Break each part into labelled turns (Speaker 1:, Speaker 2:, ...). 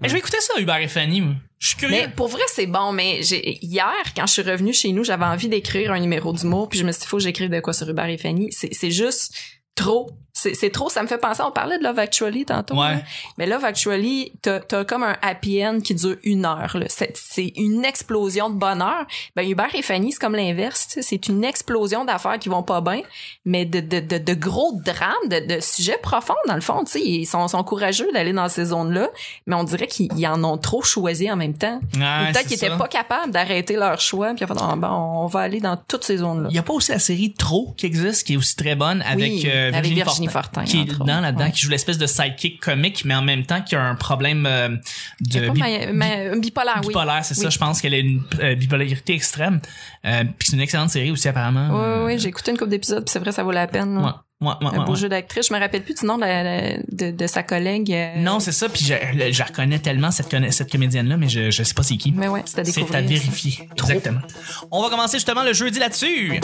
Speaker 1: Mais je vais écouter ça, Hubert et Fanny. moi. Je suis curieux.
Speaker 2: Mais pour vrai, c'est bon, mais j'ai- hier, quand je suis revenue chez nous, j'avais envie d'écrire un numéro d'humour, puis je me suis dit, faut que j'écrive de quoi sur Hubert et Fanny. C'est c'est juste trop. C'est c'est trop, ça me fait penser, on parlait de Love Actually tantôt.
Speaker 1: ouais.
Speaker 2: là. Mais Love Actually, t'as t'as comme un happy end qui dure une heure. là. C'est c'est une explosion de bonheur. Ben, Hubert et Fanny, c'est comme l'inverse. tu sais. C'est une explosion d'affaires qui vont pas bien, mais de, de, de, de gros drames, de, de sujets profonds, dans le fond. tu sais. Ils sont, sont courageux d'aller dans ces zones-là, mais on dirait qu'ils ils en ont trop choisi en même temps.
Speaker 1: Ouais,
Speaker 2: Ou
Speaker 1: c'est
Speaker 2: Peut-être qu'ils
Speaker 1: ça.
Speaker 2: étaient pas capables d'arrêter leur choix, puis ils ont fait, Ah, ben, on va aller dans toutes ces zones-là.
Speaker 1: Il n'y a pas aussi la série Trop qui existe, qui est aussi très bonne avec,
Speaker 2: Oui,
Speaker 1: euh,
Speaker 2: avec
Speaker 1: Virginie, Fortin,
Speaker 2: Virginie Fortin,
Speaker 1: qui est
Speaker 2: entre
Speaker 1: dedans
Speaker 2: autres.
Speaker 1: là-dedans,
Speaker 2: Ouais.
Speaker 1: qui joue l'espèce de sidekick comique, mais en même temps qui a un problème euh, de
Speaker 2: Pas
Speaker 1: bi-
Speaker 2: ma- ma- bipolaire, oui.
Speaker 1: bipolaire, c'est ça.
Speaker 2: Oui.
Speaker 1: Je pense qu'elle a une euh, bipolarité extrême. Euh, Puis c'est une excellente série aussi apparemment.
Speaker 2: Oui,
Speaker 1: Euh,
Speaker 2: oui, oui, j'ai écouté une couple d'épisodes, puis c'est vrai, ça vaut la peine. là.
Speaker 1: ouais, ouais, ouais,
Speaker 2: un
Speaker 1: ouais,
Speaker 2: beau
Speaker 1: ouais.
Speaker 2: jeu d'actrice. Je me rappelle plus du nom de, la- de, de sa collègue. euh,
Speaker 1: Non, c'est ça. Puis je, le- je la reconnais tellement cette, conna- cette comédienne-là, mais je, je sais pas c'est qui.
Speaker 2: Mais ouais, c'est à découvrir.
Speaker 1: C'est à vérifier. Exactement. On va commencer justement le jeudi là-dessus.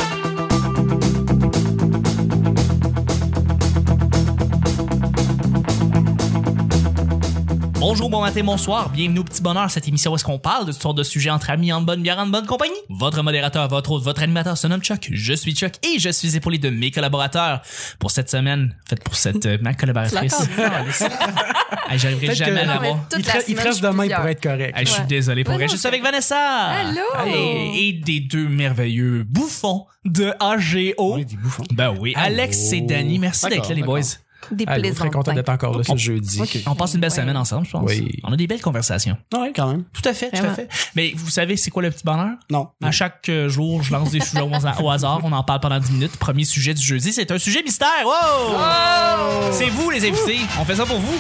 Speaker 1: Bonjour, bon matin, bonsoir, bienvenue au Petit Bonheur, cette émission où est-ce qu'on parle de toutes sortes de sujets entre amis, en bonne bière, en bonne compagnie. Votre modérateur, votre autre, votre animateur se nomme Chuck, je suis Chuck et je suis épaulé de mes collaborateurs pour cette semaine, en fait pour cette, euh, ma collaboratrice.
Speaker 2: Tu
Speaker 1: Hey, J'arriverai
Speaker 3: Peut-être que-
Speaker 1: jamais à
Speaker 2: Non, mais
Speaker 1: l'avoir.
Speaker 2: toute
Speaker 3: il te,
Speaker 2: la
Speaker 3: il te
Speaker 2: semaine,
Speaker 3: reste
Speaker 2: je suis
Speaker 3: demain
Speaker 2: plusieurs.
Speaker 3: pour être correct.
Speaker 1: Hey, je suis
Speaker 2: Ouais.
Speaker 1: désolé pour
Speaker 2: Ouais,
Speaker 1: vrai.
Speaker 2: non,
Speaker 1: Juste
Speaker 2: c'est
Speaker 1: avec Vanessa.
Speaker 2: Allô?
Speaker 1: Et, et des deux merveilleux bouffons de AGO.
Speaker 3: dit bouffon.
Speaker 1: Ben oui. Alex
Speaker 3: Allô.
Speaker 1: et Danny, merci d'être
Speaker 3: D'accord,
Speaker 1: là, les
Speaker 3: d'accord.
Speaker 1: boys.
Speaker 2: Des
Speaker 3: Allô, très content
Speaker 2: plaisantins.
Speaker 3: d'être encore là ce jeudi.
Speaker 1: On passe une belle
Speaker 2: Ouais.
Speaker 1: semaine ensemble, je pense.
Speaker 3: Oui.
Speaker 1: On a des belles conversations.
Speaker 3: Ah Ouais, quand même.
Speaker 1: Tout à fait, tout à
Speaker 2: Vraiment.
Speaker 1: fait. Mais vous savez, c'est quoi le petit bonheur?
Speaker 3: Non.
Speaker 1: À chaque euh, jour, je lance des sujets au hasard- au hasard. On en parle pendant 10 minutes. Premier sujet du jeudi, c'est un sujet mystère. Wow! C'est vous, les invités. On fait ça pour vous.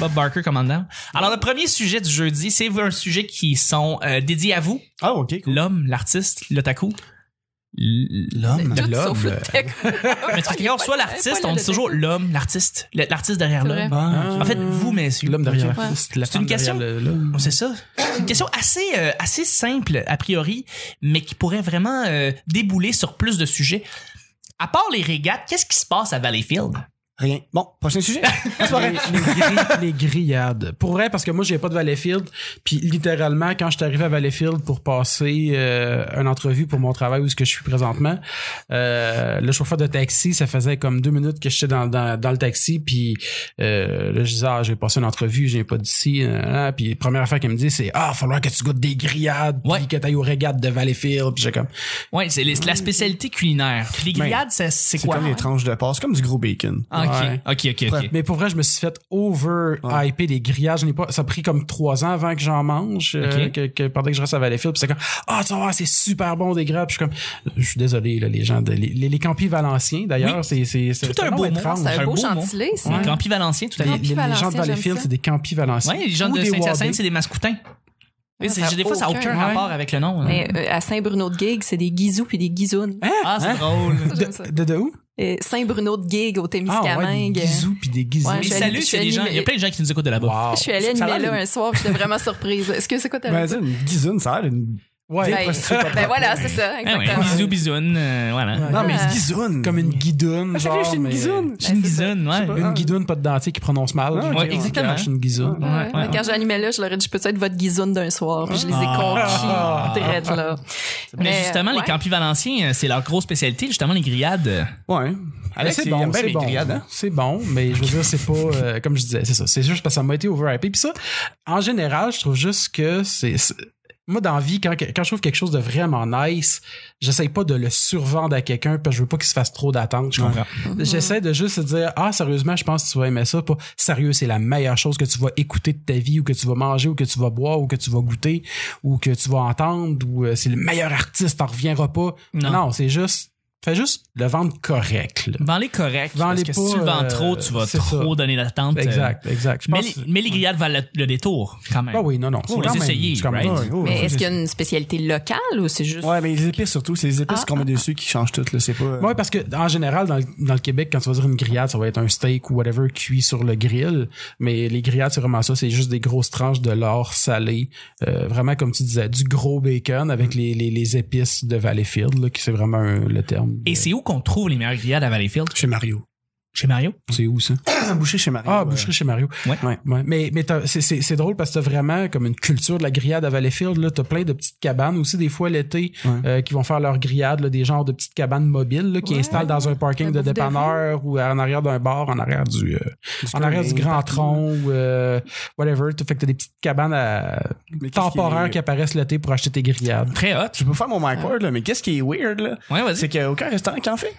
Speaker 1: Bob Barker, commandant. Alors, le premier sujet du jeudi, c'est un sujet qui sont euh, dédiés à vous.
Speaker 3: Ah, ok, cool.
Speaker 1: l'homme, l'artiste, l'otaku.
Speaker 3: L'homme.
Speaker 2: Tout
Speaker 3: L'homme.
Speaker 2: sauf le tech.
Speaker 1: Mais c'est parce que quand on reçoit l'artiste, on dit toujours l'homme, l'artiste, le- l'artiste derrière
Speaker 2: C'est vrai.
Speaker 1: l'homme.
Speaker 3: Ah.
Speaker 1: En fait, vous, messieurs.
Speaker 3: L'homme derrière
Speaker 2: Ouais.
Speaker 3: l'artiste, la
Speaker 1: C'est
Speaker 3: femme
Speaker 1: une question.
Speaker 3: derrière le- l'homme.
Speaker 1: Oh, C'est ça. C'est Une question assez, euh, assez simple, a priori, mais qui pourrait vraiment euh, débouler sur plus de sujets. À part les régates, qu'est-ce qui se passe à Valleyfield?
Speaker 4: Rien. Bon, prochain sujet.
Speaker 3: les, les grilles- les grillades. Pour vrai, parce que moi, j'ai pas de Valleyfield. Puis littéralement, quand je suis arrivé à Valleyfield pour passer euh, une entrevue pour mon travail où ce que je suis présentement, euh, le chauffeur de taxi, ça faisait comme deux minutes que j'étais dans, dans, dans le taxi. Puis euh, là, je disais, ah, j'ai passé une entrevue, j'ai pas d'ici. euh, là. puis la première affaire qu'il me dit, c'est, ah, il falloir que tu goûtes des grillades,
Speaker 1: Ouais.
Speaker 3: puis que tu ailles aux régates de Valleyfield. Puis j'ai comme,
Speaker 1: Oui, c'est les- la spécialité culinaire. Les
Speaker 3: Ben,
Speaker 1: grillades, c'est- c'est
Speaker 4: C'est
Speaker 1: quoi?
Speaker 4: comme les tranches de passe, comme du gros bacon.
Speaker 1: Ah, ok,
Speaker 3: Ouais.
Speaker 1: ok, ok, ok.
Speaker 3: Mais pour vrai, je me suis fait over hyper des grillages. J'en ai pas- ça a pris comme trois ans avant que j'en mange, euh,
Speaker 1: Ok.
Speaker 3: que, que pendant que je reste à Valleyfield. Puis c'est comme, ah, tu vas voir, c'est super bon des grillades. Puis je suis comme, je suis désolé, là, les gens, de, les, les, les campis valenciens, d'ailleurs,
Speaker 1: Oui.
Speaker 3: c'est, c'est, c'est,
Speaker 1: Tout
Speaker 3: c'est
Speaker 1: un beau
Speaker 3: nom
Speaker 1: mot.
Speaker 3: étrange.
Speaker 2: C'est un
Speaker 1: un
Speaker 2: beau
Speaker 1: beau
Speaker 2: chantier, c'est
Speaker 1: Les Campis Valenciens, tout à
Speaker 3: Les,
Speaker 1: fait.
Speaker 3: les- les gens
Speaker 2: Valenciens,
Speaker 3: de
Speaker 2: j'aime
Speaker 3: Valleyfield,
Speaker 2: ça.
Speaker 3: c'est des campis valenciens.
Speaker 1: Ouais, les gens
Speaker 3: Ou
Speaker 1: de
Speaker 3: des
Speaker 1: Saint-Hyacinthe,
Speaker 3: Wadés.
Speaker 1: c'est des mascoutins.
Speaker 2: Ouais,
Speaker 1: C'est-
Speaker 2: ça
Speaker 1: j'ai-
Speaker 2: a
Speaker 1: des fois, ça n'a
Speaker 2: aucun
Speaker 1: aucun
Speaker 2: rapport.
Speaker 1: rapport avec le nom. hein.
Speaker 2: Mais euh, à Saint-Bruno-de-Guigue, c'est des guizous puis des guizounes.
Speaker 1: Ah, c'est drôle.
Speaker 2: Ça, j'aime ça.
Speaker 3: De, de, de où?
Speaker 2: Et Saint-Bruno-de-Guigue au
Speaker 3: Ah, ouais,
Speaker 2: Témiscamingue.
Speaker 3: des guizous puis des guizous.
Speaker 2: Ouais,
Speaker 1: Oui,
Speaker 2: je suis
Speaker 1: salut,
Speaker 2: allée- je
Speaker 1: s'il y a
Speaker 2: suis
Speaker 1: des gens.
Speaker 2: allée-
Speaker 1: Il y a plein de gens qui nous écoutent de là-bas.
Speaker 3: Wow.
Speaker 2: Je suis allée
Speaker 3: Ça a
Speaker 2: animer
Speaker 3: l'air
Speaker 2: là un soir, puis j'étais vraiment surprise. Est-ce que c'est
Speaker 1: Euh,
Speaker 2: quoi ta
Speaker 4: Ben, c'est une guisoune, ça a l'air d'une.
Speaker 3: Ouais,
Speaker 2: Ben, ben voilà, c'est ça,
Speaker 1: Ah ouais,
Speaker 2: exactement.
Speaker 1: bisous, bisoune, euh, voilà.
Speaker 4: Non, mais
Speaker 2: Ah.
Speaker 4: une guisoune.
Speaker 3: comme une
Speaker 1: Ah,
Speaker 3: guidoune.
Speaker 4: Salut,
Speaker 3: genre,
Speaker 4: je suis une
Speaker 3: mais-
Speaker 4: guisoune.
Speaker 1: J'ai une
Speaker 2: c'est ça.
Speaker 1: bisoune, ouais.
Speaker 4: pas.
Speaker 2: Ah.
Speaker 3: Une guidoune, pas de dentier qui prononce mal.
Speaker 4: Ouais,
Speaker 3: Genre,
Speaker 1: exactement.
Speaker 3: Je suis une guisoune.
Speaker 2: Ouais,
Speaker 1: Ouais, ouais.
Speaker 2: Quand j'animais là, je leur ai dit, je peux être votre guizoune d'un soir. Puis je les ai
Speaker 1: Ah.
Speaker 2: conquis. direct, là.
Speaker 1: Mais justement, les
Speaker 2: ouais.
Speaker 1: campis valenciens, euh, c'est leur grosse spécialité, justement, les grillades. euh,
Speaker 4: Ouais.
Speaker 3: Mais
Speaker 4: Alex,
Speaker 3: c'est
Speaker 4: il
Speaker 3: bon,
Speaker 4: aime bien
Speaker 3: c'est
Speaker 4: les
Speaker 3: bon.
Speaker 4: grillades, hein?
Speaker 3: C'est bon, mais je veux dire, c'est pas, euh, comme je disais, c'est ça. C'est juste parce que ça m'a été overhypé. Puis ça, en général, je trouve juste que c'est, c'est- moi, dans la vie, quand, quand je trouve quelque chose de vraiment nice, j'essaye pas de le survendre à quelqu'un parce que je veux pas qu'il se fasse trop d'attente. Je comprends. J'essaie de juste dire, ah, sérieusement, je pense que tu vas aimer ça. Pas, sérieux, c'est la meilleure chose que tu vas écouter de ta vie ou que tu vas manger ou que tu vas boire ou que tu vas goûter ou que tu vas entendre ou euh, c'est le meilleur artiste, t'en reviendras pas.
Speaker 1: Non.
Speaker 3: Non, c'est juste, fais juste le vendre correct, là.
Speaker 1: Vends-les correct. parce
Speaker 3: Vends-les
Speaker 1: que
Speaker 3: pas,
Speaker 1: si tu le vends
Speaker 3: euh,
Speaker 1: trop, tu vas
Speaker 3: c'est
Speaker 1: trop
Speaker 3: ça.
Speaker 1: donner l'attente. euh,
Speaker 3: Exact, exact. Je
Speaker 1: Mais,
Speaker 3: pense-
Speaker 1: les- mais les grillades valent le, le détour, quand même.
Speaker 3: Ah oui, non, non.
Speaker 1: Faut les essayer,
Speaker 3: c'est quand même-
Speaker 1: right?
Speaker 4: Ouais,
Speaker 2: Mais
Speaker 4: ouais.
Speaker 2: est-ce qu'il y a une spécialité locale ou c'est juste.
Speaker 4: Ouais, mais les épices surtout, c'est les
Speaker 1: Ah.
Speaker 4: épices qu'on met dessus qui changent tout, là. C'est pas. euh,
Speaker 3: Ouais, parce que en général, dans le, dans le Québec, quand tu vas dire une grillade, ça va être un steak ou whatever cuit sur le grill. Mais les grillades, c'est vraiment ça. C'est juste des grosses tranches de lard salé. Euh, vraiment, comme tu disais, du gros bacon avec
Speaker 1: Mm.
Speaker 3: les, les, les épices de Valleyfield, là, qui c'est vraiment un- le terme.
Speaker 1: Et c'est où qu'on trouve les meilleures grillades à Valleyfield?
Speaker 4: Chez Mario.
Speaker 1: Chez Mario?
Speaker 4: C'est où ça? boucher chez Mario.
Speaker 3: Ah,
Speaker 4: euh,
Speaker 3: boucherie chez Mario.
Speaker 1: Ouais.
Speaker 4: Ouais.
Speaker 3: Ouais, mais mais t'as- c'est- c'est c'est drôle parce que t'as vraiment comme une culture de la grillade à Valleyfield. Là, t'as plein de petites cabanes aussi des fois l'été
Speaker 4: Ouais.
Speaker 3: euh, qui vont faire leur grillade, là, des genres de petites cabanes mobiles là, qui
Speaker 2: Ouais.
Speaker 3: installent dans un parking
Speaker 2: La
Speaker 3: de
Speaker 2: bouffe de
Speaker 3: dépanneur ou en arrière d'un bar, en arrière du euh, en arrière du
Speaker 4: curling,
Speaker 3: grand
Speaker 4: partout.
Speaker 3: tronc ou euh, whatever. T'as- Fait que t'as des petites cabanes à-
Speaker 4: Mais qu'est-ce
Speaker 3: temporaires
Speaker 4: qui est-
Speaker 3: qui apparaissent l'été pour acheter tes grillades.
Speaker 1: Très hot.
Speaker 4: Je peux faire mon mic word, là, mais qu'est-ce qui est weird, là?
Speaker 1: Ouais, vas-y.
Speaker 4: C'est qu'il n'y a aucun restaurant qui en fait.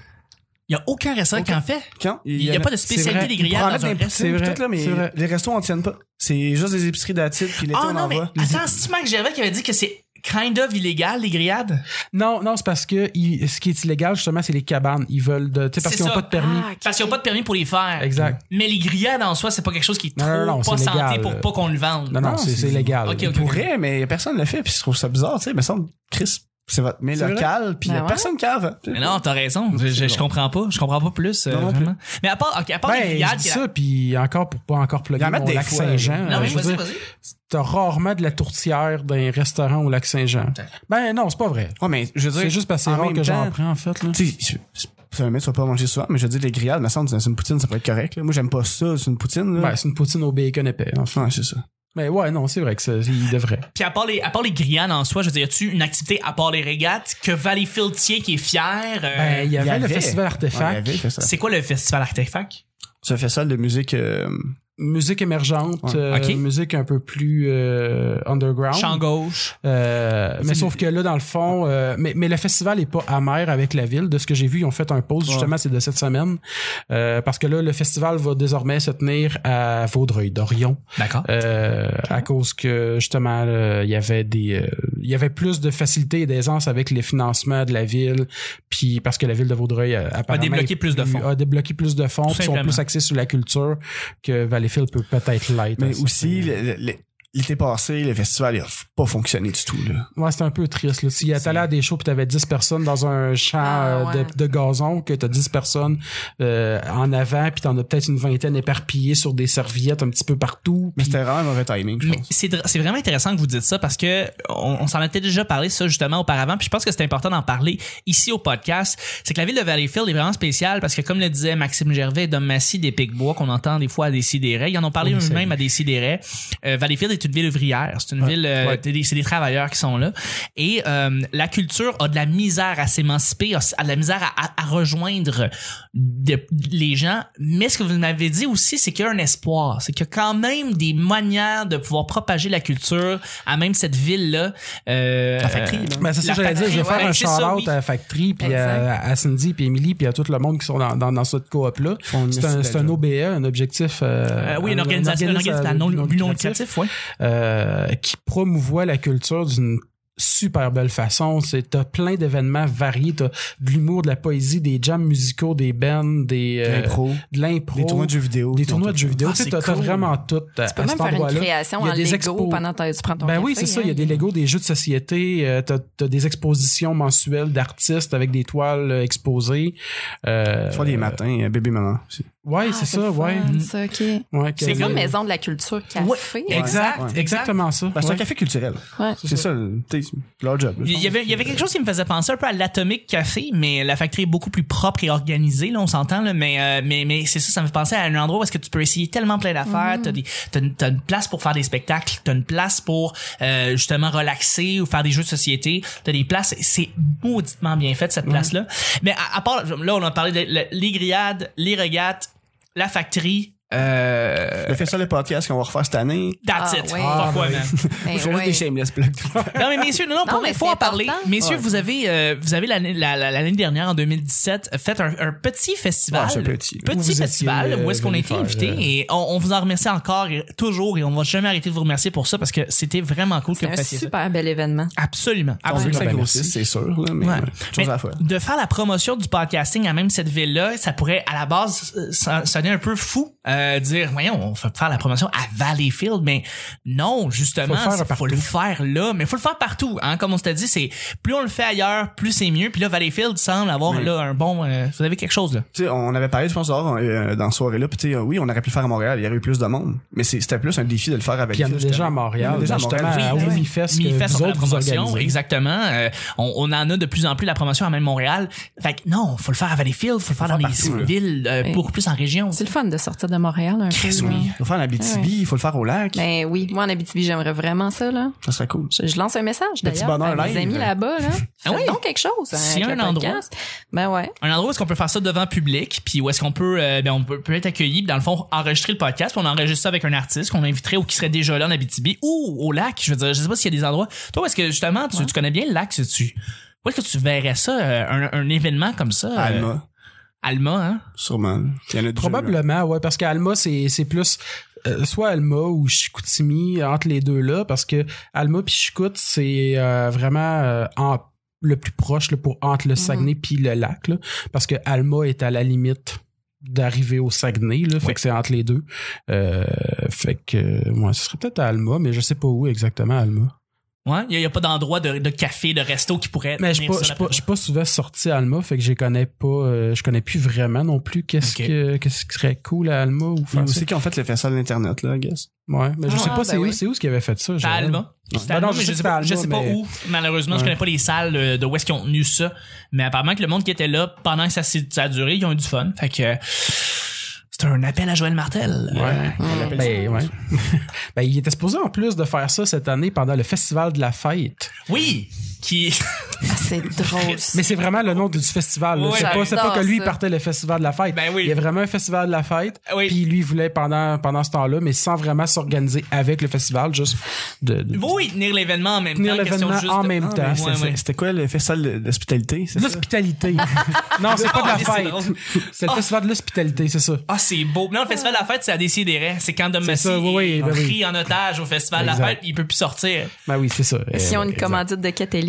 Speaker 1: Il y a aucun restaurant qui en fait.
Speaker 4: Quand?
Speaker 1: Il n'y a, pas de
Speaker 3: c'est
Speaker 1: spécialité
Speaker 3: vrai.
Speaker 1: des
Speaker 4: Ils pourraient
Speaker 1: grillades
Speaker 4: mettre
Speaker 1: dans un
Speaker 4: des
Speaker 1: restaurant.
Speaker 4: poutines
Speaker 3: C'est
Speaker 4: puis
Speaker 3: vrai,
Speaker 4: tout, là, mais
Speaker 3: c'est vrai.
Speaker 4: les restos, on ne tienne pas. C'est juste des épiceries d'attitude, puis l'été,
Speaker 1: Ah
Speaker 4: on
Speaker 1: non,
Speaker 4: en
Speaker 1: mais
Speaker 4: va.
Speaker 1: attends, c'est moi que j'avais qui avait dit que c'est kind of illégal, les grillades.
Speaker 3: Non, non, c'est parce que ils- ce qui est illégal justement, c'est les cabanes. Ils veulent de, tu sais, parce
Speaker 1: C'est
Speaker 3: qu'ils n'ont
Speaker 1: ça. Ah!
Speaker 3: pas de permis.
Speaker 2: Ah, ok.
Speaker 1: Parce qu'ils n'ont pas de permis pour les faire.
Speaker 3: Exact.
Speaker 1: Mais les grillades en soi, c'est pas quelque chose qui est
Speaker 3: Non,
Speaker 1: trop
Speaker 3: non, non,
Speaker 1: pas
Speaker 3: c'est
Speaker 1: santé
Speaker 3: légal. euh.
Speaker 1: pour pas qu'on le vende.
Speaker 3: Non, non,
Speaker 4: Non,
Speaker 3: c'est
Speaker 4: c'est-
Speaker 3: c'est illégal.
Speaker 1: Ok, ok, ok.
Speaker 4: pourrait, mais personne ne le fait, puis je trouve ça bizarre, tu sais. Mais ça, Chris, c'est votre mais
Speaker 3: C'est vrai.
Speaker 4: local, puis il n'y a
Speaker 2: Ben ouais.
Speaker 4: personne qui en fait.
Speaker 1: Mais non, t'as raison. Je, je- je comprends pas. Je comprends pas plus. euh,
Speaker 4: Non, non plus.
Speaker 1: vraiment. Mais à part, ok, à part les
Speaker 3: Ben, je
Speaker 1: grillades,
Speaker 3: dis
Speaker 1: qui est la-
Speaker 3: ça, puis encore pour pas encore plugger
Speaker 4: Il y en a
Speaker 3: mon
Speaker 4: des
Speaker 3: lac
Speaker 4: fois,
Speaker 3: Saint-Jean.
Speaker 1: Non,
Speaker 3: euh,
Speaker 1: mais
Speaker 3: je veux
Speaker 1: vas-y,
Speaker 3: dire,
Speaker 1: vas-y.
Speaker 3: t'as rarement de la tourtière dans un restaurant au lac Saint-Jean. Ben non, c'est pas vrai.
Speaker 4: Ouais, mais je veux dire.
Speaker 3: C'est juste parce que
Speaker 4: en
Speaker 3: c'est rare
Speaker 4: même
Speaker 3: que j'en
Speaker 4: temps,
Speaker 3: prends, en fait. Là.
Speaker 4: Tu sais, je- c'est un mec, tu vas pas manger souvent, mais je veux dire, les grillades, me semble, c'est une poutine, ça peut être correct. là. Moi, j'aime pas ça, c'est une poutine. Là.
Speaker 3: Ben, c'est une poutine au bacon épais, en fait.
Speaker 4: Ouais, c'est ça.
Speaker 3: Mais ouais, non, c'est vrai que ça, il devrait.
Speaker 1: Puis à part les, à part les grillades en soi, je veux dire, y a-tu une activité à part les régates que Valleyfield tient qui est fier? euh,
Speaker 3: Ben, il y avait
Speaker 4: il y
Speaker 3: le
Speaker 4: avait.
Speaker 3: festival
Speaker 4: Ouais, il y
Speaker 3: Artefact,
Speaker 4: avait fait ça.
Speaker 1: c'est quoi le festival Artefact?
Speaker 4: C'est un festival de musique. euh,
Speaker 3: musique émergente,
Speaker 4: Ouais.
Speaker 3: euh,
Speaker 1: Ok.
Speaker 3: musique un peu plus euh, underground.
Speaker 1: Champ gauche.
Speaker 3: Euh, mais
Speaker 4: C'est-
Speaker 3: sauf que là, dans le fond, euh, mais, mais le festival est pas amer avec la ville. De ce que j'ai vu, ils ont fait un pause, justement, c'est de cette semaine. Euh, parce que là, le festival va désormais se tenir à Vaudreuil-Dorion.
Speaker 1: D'accord.
Speaker 3: Euh, à cause que justement euh, il y avait des euh, il y avait plus de facilité et d'aisance avec les financements de la ville puis parce que la ville de Vaudreuil euh, apparemment
Speaker 1: débloqué
Speaker 3: est
Speaker 1: plus de fonds.
Speaker 3: a débloqué plus de fonds
Speaker 1: Tout
Speaker 3: puis sont
Speaker 1: simplement.
Speaker 3: plus axés sur la culture que Valleyfield peut peut-être l'être
Speaker 4: Mais
Speaker 3: Ça,
Speaker 4: aussi,
Speaker 3: c'est-
Speaker 4: le- le- le- l'été passé, le festival, il a f- pas fonctionné du tout, là.
Speaker 3: ouais c'était un peu triste là. si t'allais à des shows puis t'avais 10 personnes dans un champ
Speaker 2: Ah,
Speaker 3: euh, de-
Speaker 2: ouais.
Speaker 3: de, gazon que t'as 10 personnes euh, en avant puis t'en as peut-être une vingtaine éparpillées sur des serviettes un petit peu partout
Speaker 4: Mais
Speaker 3: puis-
Speaker 4: c'était vraiment un mauvais timing, je
Speaker 1: Mais
Speaker 4: pense.
Speaker 1: c'est dr- c'est vraiment intéressant que vous dites ça parce que on, on s'en était déjà parlé ça justement auparavant puis je pense que c'est important d'en parler ici au podcast c'est que la ville de Valleyfield est vraiment spéciale parce que comme le disait Maxime Gervais et Dom Massy des Picbois qu'on entend des fois à des Sidérés ils en ont parlé
Speaker 3: Oui,
Speaker 1: eux-mêmes à des Sidérés Euh, Valleyfield est une ville ouvrière c'est une ville euh,
Speaker 3: ouais.
Speaker 1: c'est des- c'est des travailleurs qui sont là et euh, la culture a de la misère à s'émanciper a, a de la misère à, à- à rejoindre de- les gens mais ce que vous m'avez dit aussi c'est qu'il y a un espoir c'est qu'il y a quand même des manières de pouvoir propager la culture à même cette Euh, ville là
Speaker 4: La factory, là.
Speaker 3: Ben, c'est ça,
Speaker 1: La
Speaker 3: que j'allais dire. Je vais
Speaker 1: factory,
Speaker 3: faire
Speaker 1: ouais,
Speaker 3: un
Speaker 1: c'est ça,
Speaker 3: shout-out
Speaker 1: oui.
Speaker 3: à la Factory, puis
Speaker 2: Exact.
Speaker 3: à, à Cindy, puis Emily, puis à tout le monde qui sont dans, dans, dans cette coop-là.
Speaker 4: font une
Speaker 3: C'est un,
Speaker 4: belle
Speaker 3: c'est un
Speaker 4: job.
Speaker 3: OBE, un objectif. euh,
Speaker 1: Euh, oui, une organisation,
Speaker 3: un
Speaker 1: un
Speaker 3: organisme
Speaker 1: organisme
Speaker 3: à-
Speaker 1: non, non
Speaker 3: lucratif,
Speaker 1: lucratif, ouais.
Speaker 3: euh, qui promouvoit la culture d'une super belle façon. C'est t'as plein d'événements variés, t'as de l'humour, de la poésie, des jams musicaux, des bands, des euh,
Speaker 4: L'impro,
Speaker 3: de l'impro,
Speaker 4: des tournois de jeux vidéo.
Speaker 3: des tournois de jeux vidéo.
Speaker 1: Ah,
Speaker 3: Tu sais,
Speaker 1: c'est
Speaker 3: T'as t'as
Speaker 1: cool.
Speaker 3: vraiment tout. euh,
Speaker 2: Tu peux même faire une création
Speaker 3: Il y a
Speaker 2: en
Speaker 3: des
Speaker 2: Lego
Speaker 3: expos.
Speaker 2: pendant que tu prends ton
Speaker 3: Ben
Speaker 2: café,
Speaker 3: oui, c'est ça.
Speaker 2: hein.
Speaker 3: Il y a des Legos, des jeux de société. euh, t'as, t'as des expositions mensuelles d'artistes avec des toiles euh, exposées. Euh,
Speaker 4: Soit des matins, euh, bébé-maman. aussi.
Speaker 3: Ouais,
Speaker 2: Ah,
Speaker 3: c'est
Speaker 2: le
Speaker 3: ça.
Speaker 2: fun,
Speaker 3: Ouais. Mm.
Speaker 2: ça, ok. C'est
Speaker 3: ouais que-
Speaker 2: comme maison de la culture café.
Speaker 1: Ouais, Exact,
Speaker 4: Ouais.
Speaker 1: exact.
Speaker 3: Exactement ça.
Speaker 4: Ben, c'est
Speaker 3: ouais.
Speaker 4: un café culturel.
Speaker 2: Ouais.
Speaker 4: C'est ça, le- t'sais, c'est leur job. là.
Speaker 1: Il y, avait, il y avait quelque chose qui me faisait penser un peu à l'Atomic Café, mais la factory est beaucoup plus propre et organisée, là, on s'entend, là, mais, euh, mais, mais c'est ça, ça me fait penser à un endroit où est-ce que tu peux essayer tellement plein
Speaker 2: Mhm.
Speaker 1: d'affaires, t'as des- t'as une, t'as une place pour faire des spectacles, t'as une place pour euh, justement relaxer ou faire des jeux de société, t'as des places, c'est mauditement bien fait cette
Speaker 2: Mhm.
Speaker 1: place-là. Mais à, à part, là, on a parlé de la- les grillades, les regattes, la factory, euh,
Speaker 4: Le festival de podcast qu'on va refaire cette année.
Speaker 1: that's
Speaker 2: Ah,
Speaker 1: it. Fuck
Speaker 2: ouais. Ah,
Speaker 1: ouais, man.
Speaker 2: Ben
Speaker 4: Je fais
Speaker 2: ouais.
Speaker 4: juste des shameless plugs.
Speaker 1: Non mais messieurs, non, non,
Speaker 2: Non,
Speaker 1: pour
Speaker 2: mais
Speaker 1: il faut
Speaker 2: c'est
Speaker 1: en parler.
Speaker 2: important.
Speaker 1: Messieurs,
Speaker 4: Ouais.
Speaker 1: vous avez, euh, vous avez l'année la- la- l'année dernière en 2017 fait un, un petit festival,
Speaker 4: Ouais, c'est petit.
Speaker 3: Où vous étiez,
Speaker 1: festival
Speaker 3: euh,
Speaker 1: où est-ce qu'on a
Speaker 3: venu
Speaker 1: été
Speaker 3: faire,
Speaker 1: invité
Speaker 3: euh,
Speaker 1: et on, on vous en remercie encore et toujours et on va jamais arrêter de vous remercier pour ça parce que c'était vraiment cool que vous
Speaker 2: C'est un
Speaker 1: fassiez ça.
Speaker 2: super bel événement.
Speaker 1: Absolument,
Speaker 4: On veut que
Speaker 1: absolument.
Speaker 4: ça
Speaker 3: ben,
Speaker 4: grossisse,
Speaker 3: merci.
Speaker 4: c'est sûr, là, mais
Speaker 1: Ouais.
Speaker 4: ouais, chose
Speaker 1: Mais
Speaker 4: à la fois.
Speaker 1: de faire la promotion du podcasting à même cette ville-là, ça pourrait à la base euh, ça- sonner un peu fou euh, dire, voyons, on fait faire la promotion à Valleyfield, mais non, justement,
Speaker 3: Faut le faire
Speaker 1: c'est- faut
Speaker 3: partout.
Speaker 1: le faire là, mais faut le faire partout, hein, comme on s'était dit, c'est plus on le fait ailleurs, plus c'est mieux, puis là, Valleyfield semble avoir
Speaker 4: Oui.
Speaker 1: là un bon, euh, vous avez quelque chose là.
Speaker 4: Tu sais, on avait parlé, je pense, dehors, euh, dans ce soirée-là, puis tu sais, euh, oui, on aurait pu le faire à Montréal, il y aurait eu plus de monde, mais c'est- c'était plus un défi de le faire avec
Speaker 3: Puis il y en a
Speaker 4: justement.
Speaker 3: déjà à Montréal,
Speaker 4: Il y en a déjà à
Speaker 3: justement,
Speaker 4: Montréal.
Speaker 3: à
Speaker 4: Ah Oui,
Speaker 1: Ah oui.
Speaker 3: Unifest, que
Speaker 1: Mi-fest,
Speaker 3: vous
Speaker 1: on fait la
Speaker 3: autres, vous
Speaker 1: promotion,
Speaker 3: organisez.
Speaker 1: exactement. Euh, on, on en a de plus en plus la promotion à même Montréal. Fait que non, faut le faire à Valleyfield, faut le faire dans les
Speaker 4: partout, là.
Speaker 1: villes, euh,
Speaker 2: Oui.
Speaker 1: beaucoup plus en région.
Speaker 2: C'est le fun de sortir de Montréal un peu.
Speaker 4: Chris,
Speaker 2: là.
Speaker 4: oui. Il faut le faire en Abitibi, il faut le faire au lac.
Speaker 2: Ben oui, moi en Abitibi, j'aimerais vraiment ça là.
Speaker 4: Ça serait cool.
Speaker 2: Je, je lance un message
Speaker 4: Le petit
Speaker 2: d'ailleurs à
Speaker 4: bonheur
Speaker 2: mes
Speaker 4: live.
Speaker 2: amis là-bas là.
Speaker 1: Ah oui?
Speaker 2: Faites donc quelque chose. hein,
Speaker 1: S'il y a
Speaker 2: avec
Speaker 1: un
Speaker 2: le
Speaker 1: endroit.
Speaker 2: podcast. Ben ouais.
Speaker 1: un endroit où est-ce qu'on peut faire ça devant public, puis où est-ce qu'on peut, euh, ben, on peut, peut être accueilli, puis dans le fond, enregistrer le podcast, puis on enregistre ça avec un artiste qu'on inviterait ou qui serait déjà là en Abitibi ou au lac. Je veux dire, je sais pas s'il y a des endroits. Toi, est-ce que justement, tu, tu connais bien le lac, si tu, où est-ce que tu verrais ça, euh, un, un événement comme ça? euh,
Speaker 4: Alma,
Speaker 1: Alma, hein?
Speaker 4: sûrement. Il y en a déjà, là.
Speaker 3: Probablement, ouais, parce qu'Alma, c'est c'est plus euh, soit Alma ou Chicoutimi, entre les deux là, parce que Alma puis Chicout, c'est euh, vraiment euh, en- le plus proche là, pour entre le Saguenay
Speaker 1: Mhm.
Speaker 3: puis le lac, là, parce que Alma est à la limite d'arriver au Saguenay, là, fait
Speaker 1: Oui.
Speaker 3: que c'est entre les deux. Euh, fait que, euh, ouais, ce serait peut-être à Alma, mais je sais pas où exactement Alma.
Speaker 1: Ouais, il y, a- il y a pas d'endroit de, de café, de resto qui pourrait.
Speaker 3: Mais je suis
Speaker 1: tenir
Speaker 3: pas,
Speaker 1: ça
Speaker 3: je suis
Speaker 1: la
Speaker 3: pas, je suis pas souvent sorti à Alma, fait que je connais pas, euh, je connais plus vraiment non plus qu'est-ce
Speaker 1: Ok.
Speaker 3: que qu'est-ce qui serait cool à Alma ou
Speaker 4: Il y
Speaker 3: faire
Speaker 4: a
Speaker 3: ça.
Speaker 4: aussi qui ont fait le festival d'Internet, là, I guess.
Speaker 3: Ouais, mais je
Speaker 2: Ah,
Speaker 3: sais pas
Speaker 2: ben
Speaker 3: c'est
Speaker 2: oui.
Speaker 3: où, c'est où ce qui avait fait ça.
Speaker 1: C'était à
Speaker 3: Joël?
Speaker 1: Alma. C'était à
Speaker 3: Ben non,
Speaker 1: Alma,
Speaker 3: je
Speaker 1: mais je
Speaker 3: sais que
Speaker 1: sais
Speaker 3: c'était à
Speaker 1: pas,
Speaker 3: Alma,
Speaker 1: je sais pas
Speaker 3: mais-
Speaker 1: où. Malheureusement, je
Speaker 3: Ouais.
Speaker 1: connais pas les salles euh, de où est-ce qu'ils ont tenu ça. Mais apparemment que le monde qui était là pendant que ça, s'est- ça a duré, ils ont eu du fun. Fait que euh, c'est un appel à Joël Martel.
Speaker 3: Ouais.
Speaker 1: Euh,
Speaker 3: Ben, ouais. ben, il était supposé en plus de faire ça cette année pendant le festival de la fête.
Speaker 1: oui, qui
Speaker 2: Ah, c'est drôle. ça.
Speaker 3: Mais c'est vraiment le nom du festival. là.
Speaker 1: Ouais,
Speaker 3: c'est pas, c'est pas
Speaker 2: j'adore
Speaker 3: que lui
Speaker 2: ça.
Speaker 3: partait le festival de la fête.
Speaker 1: Ben oui.
Speaker 3: Il y a vraiment un festival de la fête.
Speaker 1: Ah oui.
Speaker 3: Puis lui il voulait pendant pendant ce temps-là, mais sans vraiment s'organiser avec le festival, juste de. de-
Speaker 1: oui tenir l'événement en même
Speaker 3: Tenir
Speaker 1: temps. question
Speaker 3: l'événement
Speaker 1: juste
Speaker 3: en
Speaker 1: de-
Speaker 3: même
Speaker 1: Ah,
Speaker 3: temps.
Speaker 1: ouais,
Speaker 4: C'était
Speaker 1: ouais.
Speaker 4: c'était quoi le festival d'hospitalité? c'est ça?
Speaker 3: L'hospitalité. non, c'est pas de
Speaker 1: Ah,
Speaker 3: la
Speaker 1: mais c'est drôle.
Speaker 3: fête. C'est le festival de l'hospitalité, c'est ça.
Speaker 1: Ah, c'est beau. Non, le festival de la fête, c'est à décider. C'est quand Dom
Speaker 3: C'est
Speaker 1: Massy
Speaker 3: ça, oui, oui,
Speaker 1: est
Speaker 3: ben oui.
Speaker 1: pris en otage au festival de la
Speaker 3: Exact.
Speaker 1: fête, il peut plus sortir.
Speaker 3: Ben oui, c'est ça.
Speaker 2: si
Speaker 3: Euh,
Speaker 2: on a une
Speaker 3: exact.
Speaker 2: commandite de Catelli,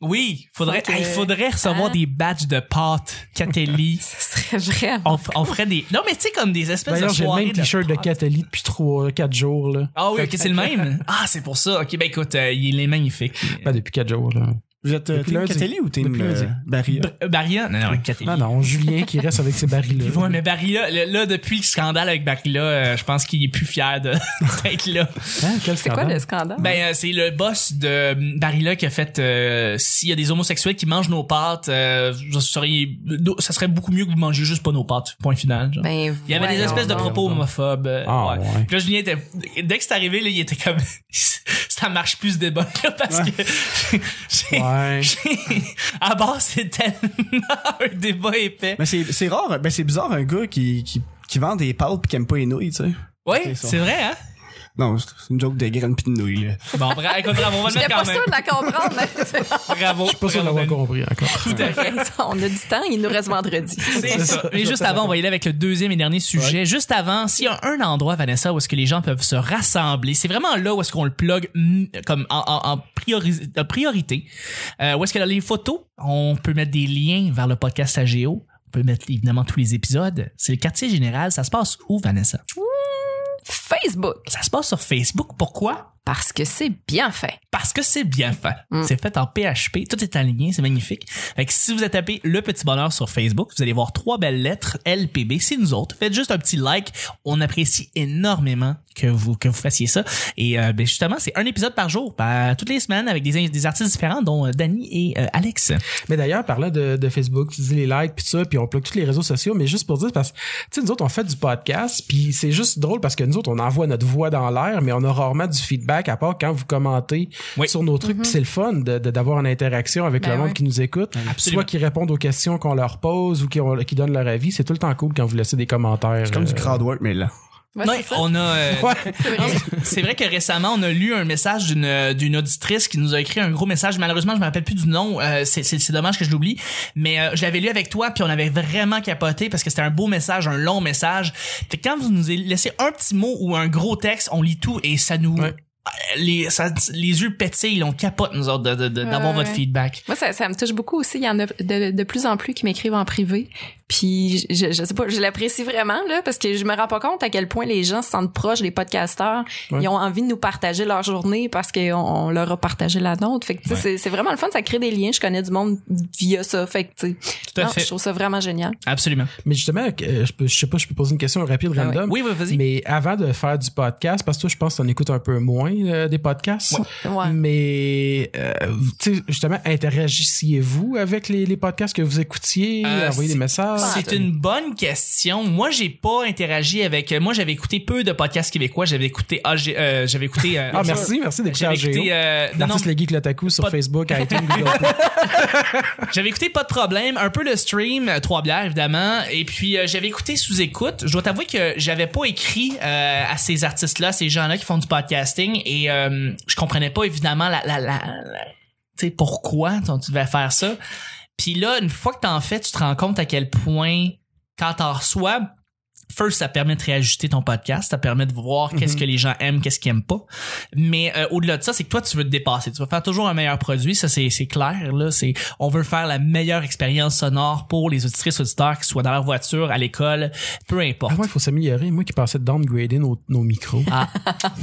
Speaker 1: Oui, faudrait,
Speaker 2: Faut que-
Speaker 1: hey, faudrait recevoir
Speaker 2: Hein?
Speaker 1: des badges de pâtes, Catelli.
Speaker 2: ce serait vrai.
Speaker 1: on, f- on ferait des. Non, mais tu sais, comme des espèces de
Speaker 3: D'ailleurs, j'ai le
Speaker 1: soirées.
Speaker 3: même t-shirt de
Speaker 1: pâtes.
Speaker 3: Catali depuis 3 4 jours là.
Speaker 1: Ah oui, ok, c'est le même. Ah, c'est pour ça. Ok, ben écoute, euh, il est magnifique.
Speaker 3: Ben, depuis 4 jours là.
Speaker 4: Vous êtes euh,
Speaker 3: Depuis
Speaker 4: team
Speaker 3: lundi.
Speaker 4: Catelli ou team
Speaker 3: Depuis lundi.
Speaker 4: euh, Barilla?
Speaker 1: Br- Barilla? Non, non, Catelli.
Speaker 3: Non, non, Julien qui reste avec ses barils-là.
Speaker 1: Ouais, mais Barilla, le- là, depuis le scandale avec Barilla, euh, je pense qu'il est plus fier de- d'être là.
Speaker 3: Hein, quel
Speaker 2: C'est quoi
Speaker 3: scandale.
Speaker 2: le scandale?
Speaker 1: Ben, euh, c'est le boss de euh, Barilla qui a fait euh, s'il y a des homosexuels qui mangent nos pâtes, euh, vous seriez- euh, ça serait beaucoup mieux que vous mangiez juste pas nos pâtes. Point final. genre.
Speaker 2: Ben,
Speaker 1: Il y avait des
Speaker 2: voyons
Speaker 1: espèces de
Speaker 2: donc.
Speaker 1: propos homophobes. euh,
Speaker 3: Ah,
Speaker 1: ouais.
Speaker 3: ouais.
Speaker 1: Puis là, Julien était. Dès que c'est arrivé, là, il était comme. ça marche plus ce débat, là, parce que. j'ai-
Speaker 3: Ouais.
Speaker 1: j'ai- à bord, c'est tellement un débat épais.
Speaker 4: Mais c'est c'est rare, ben c'est bizarre un gars qui, qui, qui vend des pâtes pis qui aime pas les nouilles, tu sais.
Speaker 1: Oui,
Speaker 4: ça.
Speaker 1: c'est vrai, hein?
Speaker 4: Non, c'est c'est une joke de graines pis de nouilles, là.
Speaker 1: Bon, bra- écoute, bravo, on va le
Speaker 2: J'étais
Speaker 1: mettre
Speaker 2: pas
Speaker 1: quand même.
Speaker 2: sûre de la comprendre, mais
Speaker 1: Bravo. Je suis
Speaker 3: Pas sûr d'avoir compris encore.
Speaker 2: on a du temps, il nous reste vendredi.
Speaker 1: C'est ça. Mais juste avant, on va y aller avec le deuxième et dernier sujet. Juste avant, s'il y a un endroit, Vanessa, où est-ce que les gens peuvent se rassembler, c'est vraiment là où est-ce qu'on le plug mm, comme en, en- en priori- en priorité. Euh, où est-ce que dans les photos, on peut mettre des liens vers le podcast AGO. On peut mettre évidemment tous les épisodes. C'est le quartier général. Ça se passe où, Vanessa?
Speaker 2: Facebook,
Speaker 1: Ça se passe sur Facebook. Pourquoi?
Speaker 2: parce que c'est bien fait.
Speaker 1: parce que c'est bien fait.
Speaker 2: Mm.
Speaker 1: C'est fait en PHP, tout est aligné, c'est magnifique. Fait que si vous tapez le petit bonheur sur Facebook, vous allez voir trois belles lettres LPB, c'est nous autres. Faites juste un petit like, on apprécie énormément que vous que vous fassiez ça et euh, ben justement, c'est un épisode par jour, ben, toutes les semaines avec des des artistes différents dont euh, Dani et euh, Alex.
Speaker 3: Mais d'ailleurs, parlant de, de Facebook, tu dis les likes puis ça, puis on plug tous les réseaux sociaux, mais juste pour dire, parce que, tu sais, nous autres, on fait du podcast, puis c'est juste drôle parce que nous autres, on envoie notre voix dans l'air, mais on a rarement du feedback à part quand vous commentez
Speaker 1: Oui.
Speaker 3: sur nos trucs, puis c'est le fun de- de- d'avoir une interaction avec
Speaker 2: Ben
Speaker 3: le monde
Speaker 2: ouais.
Speaker 3: qui nous écoute,
Speaker 1: Absolument.
Speaker 3: soit qui répondent aux questions qu'on leur pose ou qui, ont- qui donnent leur avis. C'est tout le temps cool quand vous laissez des commentaires.
Speaker 4: Comme du
Speaker 3: euh,
Speaker 4: crowd work, mais là.
Speaker 2: Ouais,
Speaker 1: Non,
Speaker 2: c'est ça.
Speaker 1: on a euh,
Speaker 3: Ouais.
Speaker 1: C'est vrai que récemment, on a lu un message d'une euh, d'une auditrice qui nous a écrit un gros message. Malheureusement, je me rappelle plus du nom. Euh, c'est- c'est c'est dommage que je l'oublie. Mais euh, je l'avais lu avec toi, puis on avait vraiment capoté parce que c'était un beau message, un long message. Fait que quand vous nous laissez un petit mot ou un gros texte, on lit tout et ça nous...
Speaker 3: Ouais.
Speaker 1: les, ça- les yeux pétillent, on capote, nous autres, de- de- de- d'avoir
Speaker 2: Ouais,
Speaker 1: votre
Speaker 2: ouais.
Speaker 1: feedback.
Speaker 2: Moi, ça, ça me touche beaucoup aussi. Il y en a de, de plus en plus qui m'écrivent en privé. Puis, je, je sais pas, je l'apprécie vraiment, là, parce que je me rends pas compte à quel point les gens se sentent proches des podcasteurs.
Speaker 3: Ouais.
Speaker 2: Ils ont envie de nous partager leur journée parce qu'on on leur a partagé la nôtre. Fait que, tu sais,
Speaker 1: Ouais.
Speaker 2: c'est- c'est vraiment le fun. Ça crée des liens. Je connais du monde via ça. Fait que, tu sais,
Speaker 1: Tout à
Speaker 2: non,
Speaker 1: fait.
Speaker 2: je trouve ça vraiment génial.
Speaker 1: Absolument.
Speaker 3: Mais justement, euh, je, peux, je sais pas, je peux poser une question rapide,
Speaker 2: Ah ouais.
Speaker 3: random.
Speaker 1: Ben Oui, oui, vas-y.
Speaker 3: Mais avant de faire du podcast, parce que toi, je pense que t'en écoutes un peu moins euh, des podcasts.
Speaker 2: Ouais.
Speaker 3: Mais, euh, tu sais, justement, interagissiez-vous avec les, les podcasts que vous écoutiez,
Speaker 1: Euh,
Speaker 3: envoyez des
Speaker 1: c'est-
Speaker 2: Ah,
Speaker 3: messages.
Speaker 1: C'est une bonne question. Moi, j'ai pas interagi avec. euh, Moi, j'avais écouté peu de podcasts québécois. J'avais écouté. Ah, j'ai- euh, j'avais écouté. euh,
Speaker 3: Ah, merci, merci d'écouter
Speaker 1: J'avais écouté.
Speaker 3: AGO.
Speaker 1: euh, non, non,
Speaker 3: L'artiste Le Geek L'Otaku sur
Speaker 1: Pas-
Speaker 3: Facebook, iTunes, Google Play.
Speaker 1: J'avais écouté pas de problème, un peu le stream, euh, trois bières évidemment, et puis euh, j'avais écouté sous écoute. Je dois t'avouer que j'avais pas écrit euh, à ces artistes-là, ces gens-là qui font du podcasting, et euh, je comprenais pas évidemment la, la, la, la- tu sais pourquoi tu tu devais faire ça. Puis là, une fois que t'en fais, tu te rends compte à quel point quand t'en reçois, First, ça permet de réajuster ton podcast, ça permet de voir
Speaker 2: Mm-hmm.
Speaker 1: qu'est-ce que les gens aiment, qu'est-ce qu'ils aiment pas. Mais euh, au-delà de ça, c'est que toi, tu veux te dépasser. Tu vas faire toujours un meilleur produit, ça c'est c'est clair. Là, c'est on veut faire la meilleure expérience sonore pour les auditrices auditeurs, qu'ils soient dans leur voiture, à l'école, peu importe.
Speaker 3: Ah ouais, il faut s'améliorer. Moi qui pensais de downgrader nos, nos micros.
Speaker 1: Ah,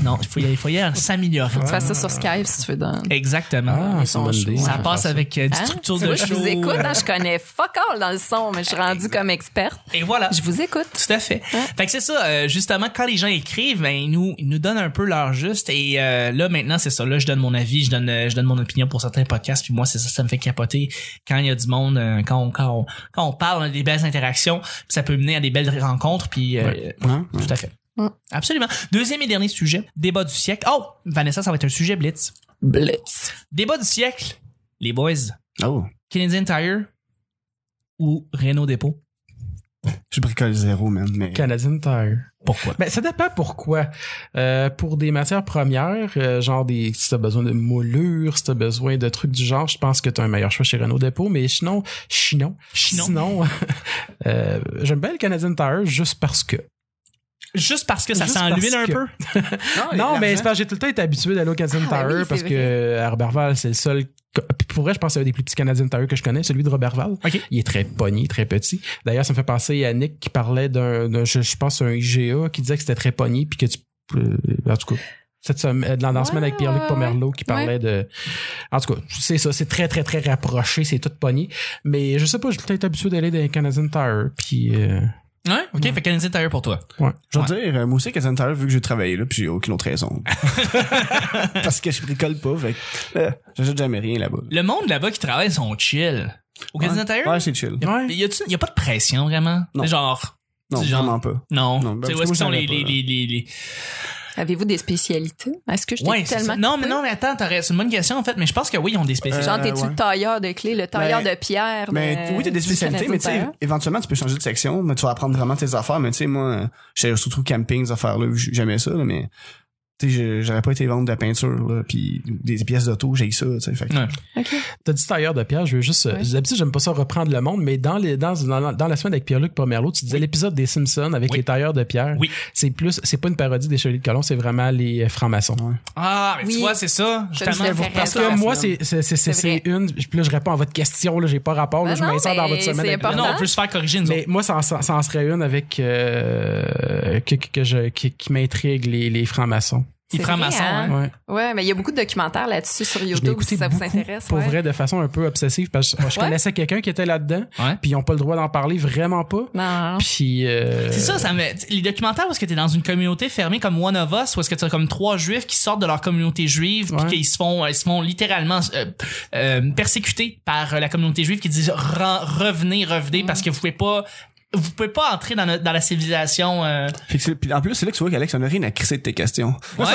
Speaker 1: non, il faut y aller, il faut y aller en s'améliorant.
Speaker 2: Faut que tu fasses ça sur Skype si tu veux. Dans...
Speaker 1: Exactement.
Speaker 3: Ah, c'est une bonne idée.
Speaker 1: ça
Speaker 3: Ouais.
Speaker 1: passe avec euh, des
Speaker 2: Hein?
Speaker 1: structures
Speaker 2: Tu
Speaker 1: de
Speaker 2: vois, je
Speaker 1: show. euh.
Speaker 2: vous écoute, hein, je connais fuck all dans le son, mais je suis rendue comme experte.
Speaker 1: Et voilà.
Speaker 2: Je vous écoute.
Speaker 1: Tout à fait. Fait que c'est ça, euh, justement, quand les gens écrivent, ben, ils nous, ils nous donnent un peu leur juste. Et euh, là, maintenant, c'est ça. Là, je donne mon avis, je donne, euh, je donne mon opinion pour certains podcasts. Puis moi, c'est ça, ça me fait capoter quand il y a du monde, euh, quand, on, quand, on, quand on parle, on a des belles interactions. puis ça peut mener à des belles rencontres. Puis euh,
Speaker 4: Hein?
Speaker 1: euh, tout à fait.
Speaker 2: Ouais.
Speaker 1: Absolument. Deuxième et dernier sujet, débat du siècle. Oh, Vanessa, ça va être un sujet blitz.
Speaker 2: Blitz.
Speaker 1: Débat du siècle, les boys,
Speaker 4: Oh.
Speaker 1: Canadian Tire ou Renault Dépôt.
Speaker 4: Je bricole zéro, man. Mais...
Speaker 3: Canadian Tire.
Speaker 1: Pourquoi?
Speaker 3: Ben, ça dépend pourquoi. Euh, pour des matières premières, euh, genre des, si t'as besoin de moulures, si t'as besoin de trucs du genre, je pense que t'as un meilleur choix chez Renault Dépôt, mais sinon, sinon,
Speaker 1: Sinon.
Speaker 3: euh, j'aime bien le Canadian Tire juste parce que.
Speaker 1: Juste parce que ça
Speaker 3: Juste
Speaker 1: sent
Speaker 3: parce
Speaker 1: l'huile un
Speaker 3: que-
Speaker 1: peu?
Speaker 2: Oh,
Speaker 3: Non, mais c'est parce que j'ai tout le temps été habitué d'aller au Canadian
Speaker 2: Ah, ben
Speaker 3: Tire
Speaker 2: oui, c'est
Speaker 3: parce
Speaker 2: vrai.
Speaker 3: que à Roberval, c'est le seul. co- Puis pour vrai, je pense qu'il y a des plus petits Canadian Tire que je connais, celui de Roberval.
Speaker 1: Ok.
Speaker 3: Il est très pogné, très petit. D'ailleurs, ça me fait penser à Nick qui parlait d'un, d'un- je, je pense, un IGA qui disait que c'était très pogné puis que tu. euh, en tout cas. Cette semaine, dans la
Speaker 2: Ouais,
Speaker 3: semaine avec Pierre-Luc
Speaker 2: ouais,
Speaker 3: Pomerleau qui
Speaker 2: ouais.
Speaker 3: parlait de. En tout cas, c'est ça, c'est très, très, très rapproché, c'est tout pogné. Mais je sais pas, j'ai peut-être habitué d'aller dans les Canadian Tire, puis. euh,
Speaker 1: Ouais, ok, fait Canadian Tire pour toi.
Speaker 3: ouais.
Speaker 4: Je veux dire, euh, moi aussi, Canadian Tire, vu que j'ai travaillé là, puis j'ai aucune autre raison. Parce que je bricole pas, fait que, euh, j'achète jamais rien là-bas.
Speaker 1: Le monde là-bas qui travaille sont chill. Au Canadian
Speaker 4: Ouais.
Speaker 1: Tire,
Speaker 4: Ouais, c'est chill.
Speaker 3: Ouais.
Speaker 1: y a-tu- y a pas de pression vraiment?
Speaker 4: Non.
Speaker 1: Genre,
Speaker 4: Non,
Speaker 1: du genre.
Speaker 4: vraiment pas.
Speaker 1: non.
Speaker 4: Non, ben,
Speaker 1: Tu sais, où
Speaker 4: moi,
Speaker 1: est-ce qu'ils
Speaker 4: je
Speaker 1: sont
Speaker 4: savais
Speaker 1: les,
Speaker 4: pas,
Speaker 1: les,
Speaker 4: là.
Speaker 1: les, les, les-
Speaker 2: Avez-vous des spécialités? Est-ce que je t'ai
Speaker 1: Ouais, c'est
Speaker 2: tellement.
Speaker 1: ça. Non,
Speaker 2: coupé?
Speaker 1: mais non, mais attends, t'as raison, c'est une bonne question en fait, mais je pense que oui, ils ont des spécialités.
Speaker 2: Genre,
Speaker 4: Euh,
Speaker 2: t'es-tu
Speaker 4: ouais.
Speaker 2: le tailleur de clés, le tailleur
Speaker 4: Mais-
Speaker 2: de pierre?
Speaker 4: Mais
Speaker 2: de-
Speaker 4: oui, t'as des
Speaker 2: euh, du
Speaker 4: spécialités, mais tu sais,
Speaker 2: Canadien
Speaker 4: éventuellement, tu peux changer de section, mais tu vas apprendre vraiment tes affaires. Mais tu sais, moi, euh, j'étais surtout camping, ces affaires-là, vu que j'aimais ça, là, mais tu sais, je- j'aurais pas été vendre de la peinture, là, puis des pièces d'auto, j'ai ça, tu sais. Fait que-
Speaker 1: Ouais.
Speaker 2: Tire? Ok.
Speaker 3: T'as dit tailleur de pierre, je veux juste. euh,
Speaker 2: Ouais.
Speaker 3: D'habitude, j'aime pas ça reprendre le monde, mais dans, les, dans, dans, dans la semaine avec Pierre-Luc Pomerleau, tu disais l'épisode des Simpsons avec
Speaker 1: Oui.
Speaker 3: les tailleurs de pierre.
Speaker 1: Oui.
Speaker 3: C'est plus, c'est pas une parodie des Chevaliers de Colomb, c'est vraiment les euh, francs-maçons.
Speaker 1: Ah, mais tu
Speaker 2: Oui.
Speaker 1: vois, c'est ça. Justement,
Speaker 2: une référence.
Speaker 3: Parce
Speaker 2: Dans
Speaker 3: que
Speaker 2: la
Speaker 3: moi,
Speaker 2: semaine.
Speaker 3: c'est c'est- c'est- c'est-
Speaker 2: C'est vrai.
Speaker 3: c'est une. Puis là, je réponds à votre question, là, j'ai pas rapport, là,
Speaker 2: Ben
Speaker 3: je
Speaker 2: non,
Speaker 3: m'insère dans
Speaker 2: mais
Speaker 3: votre semaine.
Speaker 2: c'est
Speaker 3: avec-
Speaker 1: Non,
Speaker 2: important.
Speaker 1: non, on peut se faire corriger nous
Speaker 3: Mais
Speaker 1: autres.
Speaker 3: moi, ça en, ça en serait une avec. euh, que, que- que je, qui, qui m'intrigue, les, les francs-maçons.
Speaker 1: Ils
Speaker 2: C'est
Speaker 1: prennent
Speaker 2: vrai,
Speaker 1: maçon,
Speaker 2: hein?
Speaker 1: hein.
Speaker 3: Ouais.
Speaker 2: Ouais, mais il y a beaucoup de documentaires là-dessus sur
Speaker 3: Je l'ai
Speaker 2: YouTube
Speaker 3: écouté
Speaker 2: si ça vous
Speaker 3: beaucoup,
Speaker 2: intéresse.
Speaker 3: pour
Speaker 2: ouais.
Speaker 3: vrai de façon un peu obsessive parce que je
Speaker 2: Ouais.
Speaker 3: connaissais quelqu'un qui était là-dedans
Speaker 1: Ouais.
Speaker 3: puis ils ont pas le droit d'en parler vraiment pas
Speaker 2: Non.
Speaker 3: Puis. euh,
Speaker 1: C'est ça, ça me... les documentaires où est-ce que t'es dans une communauté fermée comme One of Us, où est-ce que t'as comme trois juifs qui sortent de leur communauté juive,
Speaker 3: Ouais.
Speaker 1: puis qu'ils se font, ils se font littéralement euh, euh, persécuter par euh, la communauté juive qui disent Ren- revenez, revenez, parce que vous pouvez pas, vous pouvez pas entrer dans, notre- dans la civilisation. euh.
Speaker 4: Fait que c'est- puis en plus, c'est là que tu vois qu'Alex, on a rien à crisser de tes questions.
Speaker 1: Ouais.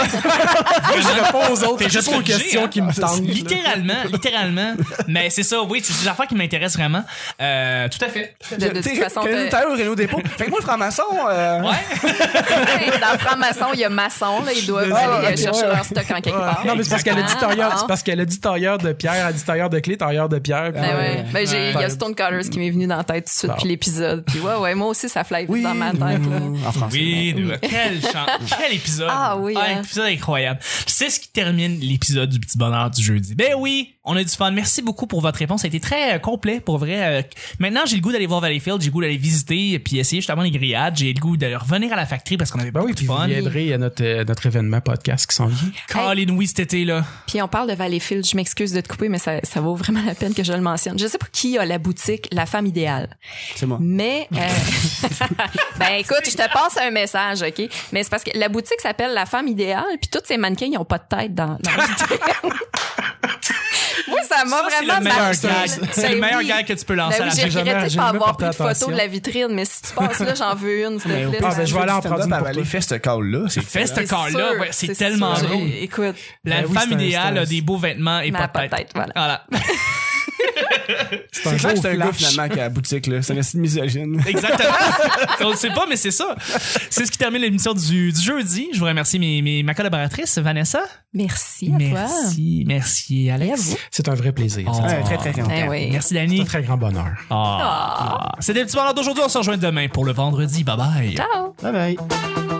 Speaker 3: Je réponds aux autres.
Speaker 1: Fais juste
Speaker 3: juste aux
Speaker 1: corriger,
Speaker 3: questions
Speaker 1: hein.
Speaker 3: qui me tentent.
Speaker 1: littéralement, littéralement. Mais c'est ça, oui, c'est des affaires qui m'intéressent vraiment. Euh, tout à fait.
Speaker 2: De, de
Speaker 4: T'sais,
Speaker 2: toute façon,
Speaker 4: Canadian
Speaker 2: t'as-
Speaker 4: Tire, Renault Dépôt. Fait que moi, franc-maçon, euh,
Speaker 1: Ouais.
Speaker 2: Ouais, dans franc-maçon, il y a maçon, là, ils doivent
Speaker 4: Ah,
Speaker 2: aller euh,
Speaker 4: ok,
Speaker 2: chercher
Speaker 4: ouais.
Speaker 2: leur stock en quelque
Speaker 4: Ah,
Speaker 2: part.
Speaker 3: Non, mais c'est parce qu'elle a dit tailleur.
Speaker 2: Ah,
Speaker 3: C'est parce qu'elle a dit tailleur de pierre, elle a dit tailleur de clé, tailleur de pierre. puis,
Speaker 2: Ben
Speaker 3: euh,
Speaker 2: ouais. Ben j'ai, il y
Speaker 3: Ouais.
Speaker 2: a Stonecutters qui m'est venu dans la tête tout de suite,
Speaker 3: Bon.
Speaker 2: puis l'épisode. Puis ouais, ouais, moi aussi, ça fly
Speaker 4: Oui. Mm.
Speaker 2: dans ma tête, là.
Speaker 4: En français.
Speaker 1: Oui, de- quel, chan- quel épisode.
Speaker 2: Ah oui,
Speaker 1: Un
Speaker 2: hein.
Speaker 1: épisode incroyable. C'est ce qui termine l'épisode du Petit Bonheur du jeudi. Ben oui, on a du fun. Merci beaucoup pour votre réponse. Ça a été très euh, complet, pour vrai. Euh, maintenant, j'ai le goût d'aller voir Valleyfield, j'ai le goût d'aller visiter puis essayer justement les grillades. J'ai le goût d'aller revenir à la factory parce qu'on avait
Speaker 3: Ben
Speaker 1: beaucoup
Speaker 3: oui,
Speaker 1: de
Speaker 3: puis vous
Speaker 1: fun.
Speaker 3: viendrez à notre, euh, notre événement podcast qui s'en vient.
Speaker 1: Colin, oui, cet été, là.
Speaker 2: Puis on parle de Valleyfield, je m'excuse de te couper, mais ça, ça vaut vraiment la peine que je le mentionne. Je sais pas qui a la boutique La Femme Idéale,
Speaker 4: C'est moi.
Speaker 2: mais... euh, ben écoute, je te passe un message, OK? Mais c'est parce que la boutique s'appelle La Femme Idéale, puis tous ces mannequins, ils ont pas de tête dans, dans la boutique. Moi, ça m'a
Speaker 1: Ça, c'est
Speaker 2: vraiment
Speaker 1: le meilleur
Speaker 2: marqué.
Speaker 1: gag.
Speaker 2: Ben
Speaker 1: C'est le meilleur
Speaker 2: oui.
Speaker 1: gag que tu peux
Speaker 2: Ben
Speaker 1: lancer
Speaker 2: oui,
Speaker 1: à la
Speaker 2: j'ai
Speaker 1: fin.
Speaker 3: jamais-
Speaker 2: regretté de
Speaker 3: j'ai
Speaker 2: pas
Speaker 3: jamais
Speaker 2: avoir
Speaker 3: porté
Speaker 2: pris de photos
Speaker 3: attention.
Speaker 2: de la vitrine, mais si tu passes là, j'en veux une, s'il te plaît.
Speaker 3: Ah, ben, je vais aller en prendre une pour
Speaker 4: aller
Speaker 3: toi.
Speaker 4: faire ce call-là. C'est
Speaker 1: Fais ce
Speaker 2: C'est
Speaker 1: corps-là,
Speaker 2: sûr,
Speaker 1: ouais, c'est tellement
Speaker 2: sûr.
Speaker 1: drôle.
Speaker 2: Écoute,
Speaker 1: La
Speaker 3: Ben oui,
Speaker 1: femme
Speaker 3: c'est un-
Speaker 1: idéale
Speaker 3: c'est un-
Speaker 1: a des beaux vêtements et
Speaker 2: Mais
Speaker 1: pas de tête. Ah.
Speaker 2: voilà.
Speaker 1: Voilà.
Speaker 3: C'est
Speaker 4: C'est clair que
Speaker 3: beau
Speaker 4: c'est un gars
Speaker 3: flash.
Speaker 4: finalement qui a la boutique, là. C'est un esti de misogyne.
Speaker 1: Exactement. On ne sait pas, mais c'est ça. C'est ce qui termine l'émission du, du jeudi. Je vous remercie mes, mes- ma collaboratrice, Vanessa.
Speaker 2: Merci à toi.
Speaker 1: Merci, merci, Alex.
Speaker 3: C'est un vrai plaisir.
Speaker 1: Oh.
Speaker 3: ça.
Speaker 4: Ouais, Euh, très, très content.
Speaker 2: Eh oui.
Speaker 1: Merci,
Speaker 3: C'est un
Speaker 1: Dani.
Speaker 3: très grand bonheur.
Speaker 1: Ah. C'était le petit bonheur d'aujourd'hui. On se rejoint demain pour le vendredi. Bye bye.
Speaker 2: Ciao.
Speaker 4: Bye bye.